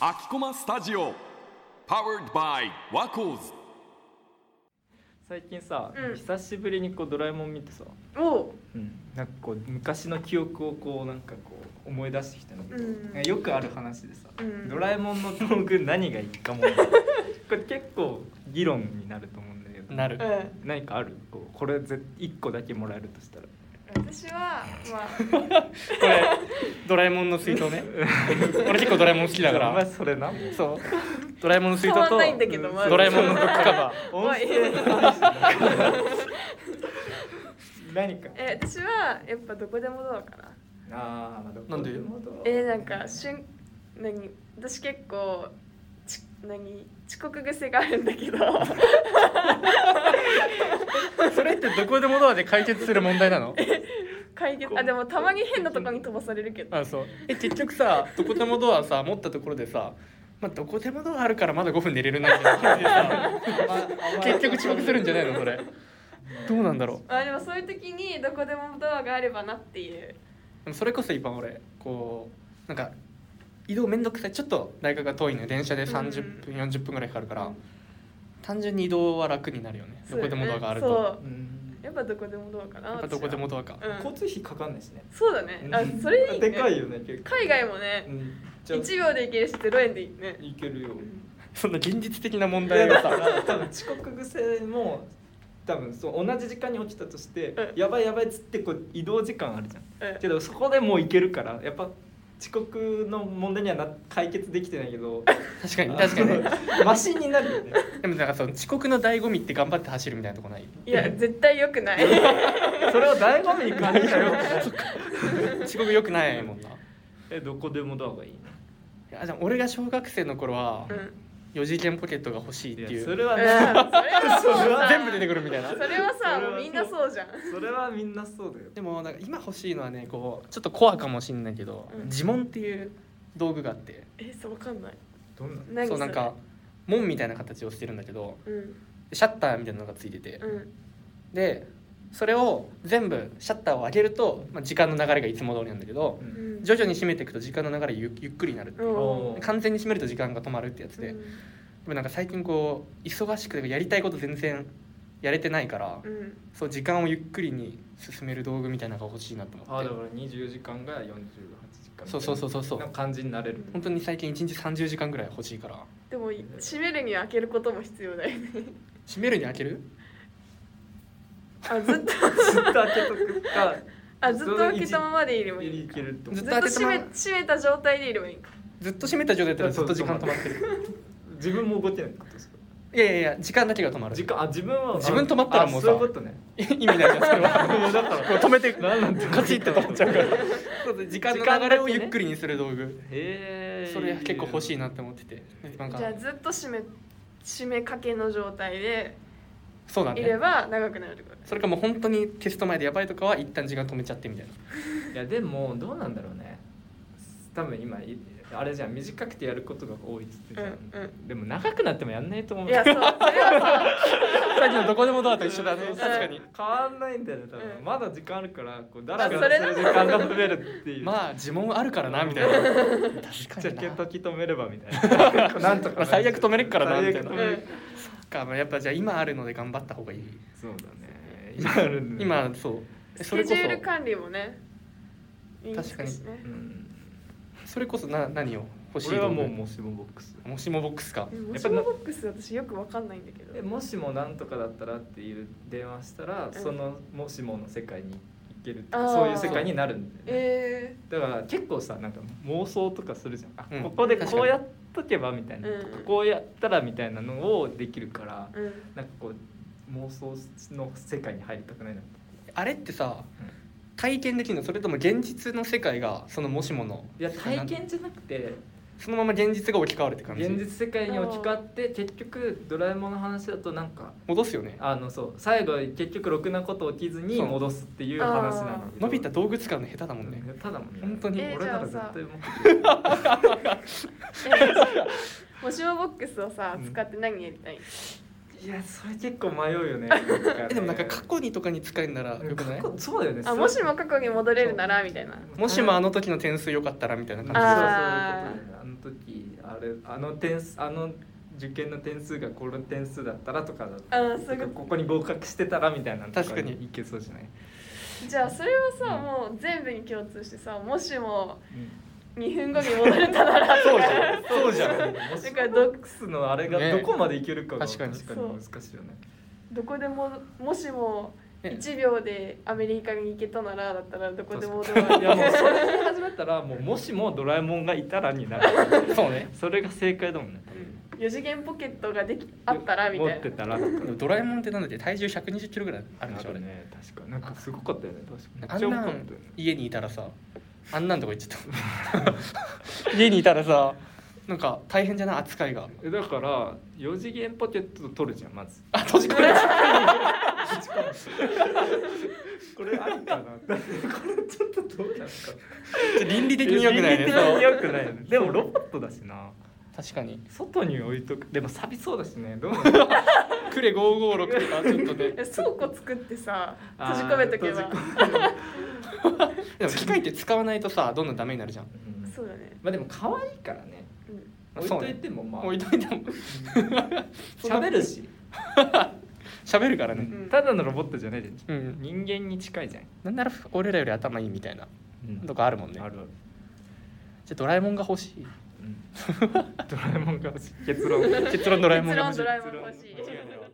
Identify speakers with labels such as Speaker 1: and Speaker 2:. Speaker 1: 秋駒スタジオ Powered by ワコーズ
Speaker 2: 最近さ、
Speaker 3: うん
Speaker 2: 久しぶりにこうドラえもん見てさ、
Speaker 3: お
Speaker 2: なんかこう昔の記憶をこうなんかこう思い出してきたんだけど、
Speaker 3: うん
Speaker 2: よくある話でさ、
Speaker 3: うん
Speaker 2: ドラえもんの道具何がいいか もこれ結構議論になると思うんだけど
Speaker 4: な
Speaker 3: う、
Speaker 4: る
Speaker 3: ん
Speaker 2: 何かあるこうこれぜ一個だけもらえるとしたら
Speaker 3: 私はま
Speaker 4: これドラえもんの水筒ね俺結構ドラえもん好きだか
Speaker 2: お前
Speaker 4: ら
Speaker 2: それな
Speaker 4: そうドラえもんの水筒
Speaker 3: 変わ
Speaker 4: と
Speaker 3: んないんだけどまあ
Speaker 4: ドラえもんのブックカバ
Speaker 2: 音声何か
Speaker 3: あえ私はやっぱどこでもドアかな
Speaker 2: あーどこ
Speaker 4: なんで
Speaker 2: もドア
Speaker 3: えなんかしゅん何私結構ち何遅刻癖があるんだけ ど
Speaker 4: ーそれってどこでもドアで解決する問題なの
Speaker 3: 解決あでもたまに変なとこに飛ばされるけど
Speaker 4: あそうえ結局さどこでもドアさ持ったところでさまあ、どこでもドアあるからまだ5分寝れるなみたいな感じでさ 結局遅刻するんじゃないのそれどうなんだろ
Speaker 3: あでもそういう時にどこでもドアがあればなっていう
Speaker 4: うでもそれこそ今俺こうなんか移動めんどくさいちょっと大学が遠いのよ電車で30分、40分ぐらいかかるから、単純に移動は楽になるよねどこでもドアがあると、
Speaker 3: そう
Speaker 2: うん
Speaker 3: やっぱどこでもドアかな
Speaker 4: やっぱどこでもドアか
Speaker 3: 私はうん
Speaker 2: 交通費かかんないしね
Speaker 3: そうだねあそれいいね
Speaker 2: でかいよね結構
Speaker 3: 海外もね
Speaker 2: うんじゃあ
Speaker 3: 1秒で行けるし0円でいいね
Speaker 2: いけるよ
Speaker 4: そんな現実的な問
Speaker 2: いや
Speaker 4: 題
Speaker 2: だ
Speaker 4: が
Speaker 2: か
Speaker 4: さ
Speaker 2: ら多分遅刻癖も多分そう同じ時間に起きたとして、
Speaker 3: うん
Speaker 2: やばいやばいっつってこう移動時間あるじゃん
Speaker 3: うん
Speaker 2: けどそこでもう行けるからやっぱ遅刻の問題にはな解決できてないけど
Speaker 4: 確かに確かに
Speaker 2: に マシンになるよね
Speaker 4: でもなんかその遅刻の醍醐味って頑張って走るみたいなとこない
Speaker 3: いや絶対良く ない
Speaker 2: それを醍醐味に感じたよ
Speaker 4: 遅刻よくないもんない
Speaker 2: えどこでもドアがいいね
Speaker 4: やでも俺が小学生の頃は
Speaker 3: うん
Speaker 4: 4次元ポケットが欲しいって
Speaker 2: い
Speaker 4: い
Speaker 2: や
Speaker 4: う
Speaker 2: それは
Speaker 3: うんそれ
Speaker 2: ね
Speaker 3: はもう
Speaker 2: それ
Speaker 3: さ
Speaker 2: は
Speaker 4: 全部出てくるみたいな
Speaker 3: それはさ
Speaker 2: それは
Speaker 3: もうみんなそうじゃん
Speaker 2: それはみんなそうだよ
Speaker 4: でもなんか今欲しいのはねこうちょっとコアかもしんないけど、
Speaker 3: うん
Speaker 4: 呪文っていう道具があって
Speaker 3: えそうわかんない
Speaker 2: どんな
Speaker 3: 何
Speaker 4: そうなん
Speaker 3: れ
Speaker 4: か門みたいな形をしてるんだけど
Speaker 3: うん
Speaker 4: シャッターみたいなのがついてて、
Speaker 3: うん
Speaker 4: でそれを全部シャッターを上げると、まあ、時間の流れがいつも通りなんだけど
Speaker 2: うん
Speaker 3: うん
Speaker 4: 徐々に閉めていくと時間の流れゆゆっくりになるっていう
Speaker 3: おー
Speaker 4: 完全に閉めると時間が止まるってやつで、
Speaker 3: う
Speaker 4: で
Speaker 3: ん
Speaker 4: もなんか最近こう忙しくてやりたいこと全然やれてないから、
Speaker 3: うん
Speaker 4: そう時間をゆっくりに進める道具みたいなのが欲しいなと思
Speaker 2: あ
Speaker 4: っ
Speaker 2: だ
Speaker 4: て
Speaker 2: から24時間が48時間
Speaker 4: そうそうそううそうそう
Speaker 2: な感じになれる
Speaker 4: 本当に最近1日30時間ぐらい欲しいから
Speaker 3: でも閉めるには開けることも必要だよね
Speaker 4: 閉めるに開ける
Speaker 3: あずっと
Speaker 2: ずっと開けとくか
Speaker 3: あずっと開けたままでいればいい
Speaker 2: い
Speaker 3: のか
Speaker 2: けると
Speaker 4: ず
Speaker 3: ず
Speaker 4: っ
Speaker 3: っと
Speaker 4: と開けた
Speaker 3: 閉
Speaker 4: まま
Speaker 3: め閉めた状態でいればいいのか
Speaker 4: ずっと閉めた状態だったらずっと時間止まってる
Speaker 2: 自分も動けないってことですか
Speaker 4: いやいやいや時間だけが止まる
Speaker 2: 時間あ自分は
Speaker 4: 自分止まったらもう
Speaker 2: あそ
Speaker 4: さ
Speaker 2: ういうことね
Speaker 4: 意味ないじゃん それは。
Speaker 2: もうだから
Speaker 4: こ う止めて
Speaker 2: 何なんて
Speaker 4: カチッて止まっちゃうから時間の流れをゆっく
Speaker 2: り
Speaker 4: りにする道具
Speaker 2: へえ
Speaker 4: それ結構欲しいなって思っててなんか
Speaker 3: じゃあずっと閉め閉めかけの状態で
Speaker 4: そうだ
Speaker 3: いれ
Speaker 4: ね
Speaker 3: ば長くなるってこと
Speaker 4: それかもう本当にテスト前でやばいとかは一旦時間止めちゃって みたいない
Speaker 2: やでもどうなんだろうね多分今いあれじゃん短くてやることが多いっつってたじゃん、
Speaker 3: うんう
Speaker 2: でも長くなってもやんないと思う
Speaker 3: い やそうそれは
Speaker 4: さっきのどこでもドアと一緒だね
Speaker 2: そう
Speaker 4: 確
Speaker 2: そう
Speaker 4: かに
Speaker 2: 変わんないんだよね多分、
Speaker 3: うん
Speaker 2: まだ時間あるからこうだ
Speaker 3: あ
Speaker 2: らだらする時間が増えるっていう
Speaker 4: まあ呪文あるからなみたいな確
Speaker 2: じゃ
Speaker 4: か
Speaker 2: あ時計
Speaker 4: にな
Speaker 2: 時止めればみた いななんとかなる
Speaker 4: 最悪止めれっからなみたい
Speaker 2: 最
Speaker 4: な
Speaker 2: 悪止めれっ
Speaker 4: かまあやっぱじゃあ今あるので頑張った方がいい
Speaker 2: そうだね今あるんだ
Speaker 4: 今そうえ
Speaker 3: ス
Speaker 4: そ
Speaker 3: ケ
Speaker 4: れ
Speaker 3: ジ
Speaker 4: こ
Speaker 3: ュール
Speaker 4: そ
Speaker 3: 管理もねいいですしね
Speaker 2: う
Speaker 4: 確
Speaker 2: ん
Speaker 4: それこそな何を欲し
Speaker 2: 俺
Speaker 4: い
Speaker 2: は
Speaker 4: 道
Speaker 2: もう
Speaker 4: 具
Speaker 2: もしもボックス
Speaker 4: もしもボックスか
Speaker 3: でも
Speaker 2: や
Speaker 3: も
Speaker 2: っ
Speaker 3: し
Speaker 2: ぱな
Speaker 3: もボックス私よくわかんないんだけど
Speaker 2: えもしもなんとかだったらっていう電話したら、
Speaker 3: うん
Speaker 2: そのもしもの世界に行けるって
Speaker 3: あー
Speaker 2: そういう世界になるんだよね、
Speaker 3: え
Speaker 2: だから結構さなんか妄想とかするじゃんあ、
Speaker 4: うん
Speaker 2: ここで
Speaker 4: 確かに
Speaker 2: こうやっとけばみたいな、
Speaker 3: うん
Speaker 2: こうやったらみたいなのをできるから、
Speaker 3: ー、うん
Speaker 2: なんかこう妄想の世界に入りたくないな
Speaker 4: あれってさ
Speaker 2: うん
Speaker 4: 体験できるのそれとも現実の世界がそのもしもの
Speaker 2: いや体験じゃなくて
Speaker 4: そのまま現実が置き換わるって感じ
Speaker 2: 現実世界に置き換わって結局ドラえもんの話だとなんか
Speaker 4: 戻すよね
Speaker 2: あのそう最後結局ろくなこと起きずに戻すっていう話なの
Speaker 4: のび太
Speaker 2: た
Speaker 4: 動物館の下手だもんね
Speaker 2: ただもん
Speaker 4: 本当に
Speaker 3: えー
Speaker 2: 俺なら絶
Speaker 3: じゃあさ
Speaker 2: 対持って
Speaker 3: えもしもボックスをさ
Speaker 2: うん
Speaker 3: 使って何やりたい、
Speaker 2: いやそれ結構迷うよねなんかね
Speaker 4: えでもなんか過去にとかに使えるならよくない
Speaker 2: 過去そうだよね
Speaker 3: あもしも過去に戻れるならみたいな
Speaker 4: もしもあの時の点数良かったらみたいな
Speaker 2: そうそうそういうこと
Speaker 4: 感
Speaker 3: あー
Speaker 2: だよねあの時あれあの点数あの受験の点数がこの点数だったらとかだ
Speaker 3: あーそういうこと
Speaker 2: ここに合格してたらみたいなのと
Speaker 4: 確かに
Speaker 2: いけそうじゃない、
Speaker 3: じゃあそれをさ、
Speaker 2: うん
Speaker 3: もう全部に共通してさもしも2分後に戻れたな らそうじゃん
Speaker 2: そうじゃん
Speaker 3: だ
Speaker 2: だ
Speaker 3: か
Speaker 2: からら
Speaker 3: ど
Speaker 2: ドックスのあれが
Speaker 4: ね
Speaker 2: どこまでいけるかが
Speaker 4: 確かに
Speaker 2: 難しいよね
Speaker 3: どこでももしも
Speaker 4: ね
Speaker 3: 1秒でアメリカに行けたならだったらどこでも戻れ
Speaker 2: いや
Speaker 3: る
Speaker 2: もうそれに始めたらもうもしもドラえもんがいたらになる
Speaker 4: じそうね
Speaker 2: それが正解だもんね
Speaker 3: 4次元ポケットができあったらみた
Speaker 2: 持っ
Speaker 3: い
Speaker 2: て
Speaker 3: な
Speaker 2: たら
Speaker 4: でもドラえもんってなんだって体重120キロぐらいあるんでしょあれ
Speaker 2: ね確かなんかすごかったよね確
Speaker 4: あ
Speaker 2: かに
Speaker 4: ん
Speaker 2: めっちゃ多か
Speaker 4: な
Speaker 2: ったよ
Speaker 4: ん
Speaker 2: ね
Speaker 4: 家にいたらさあんなんとか言っちゃった 家にいたらさなんか大変じゃない扱いが
Speaker 2: えだから4次元ポケット取るじゃんまず
Speaker 4: あ閉じ込めた
Speaker 2: これありかな これちょっとどうなんすか
Speaker 4: 倫理的に良くないねそう
Speaker 2: よくないよねでもロボットだしな
Speaker 4: 確かに
Speaker 2: 外に置いとくでも錆びそうだしねどうなの
Speaker 4: クレ556とか ちょっとね
Speaker 3: え倉庫作ってさ閉じ込めとけば
Speaker 2: あー閉じ
Speaker 4: でも機械って使わないとさどんどんダメになるじゃん
Speaker 2: うん
Speaker 3: そうだね、
Speaker 2: まあでも可愛いからね
Speaker 3: うん、
Speaker 2: 置い
Speaker 4: そう
Speaker 2: と
Speaker 4: ね
Speaker 2: いてもまあ
Speaker 4: 置いといても
Speaker 2: 喋るし
Speaker 4: 喋るからね
Speaker 3: ん
Speaker 2: ただのロボットじゃないで
Speaker 4: うん、
Speaker 2: 人間に近いじゃん
Speaker 4: なんなら俺らより頭いいみたいなと
Speaker 2: ど
Speaker 4: こあるもんね
Speaker 2: あるある
Speaker 4: じゃあドラえもんが欲しい
Speaker 2: うん ドラえもんが結論
Speaker 4: 結論ドラえもん
Speaker 3: 結
Speaker 4: が欲
Speaker 3: 論
Speaker 4: しい
Speaker 3: ドラえもん欲しい
Speaker 2: 間違いないわ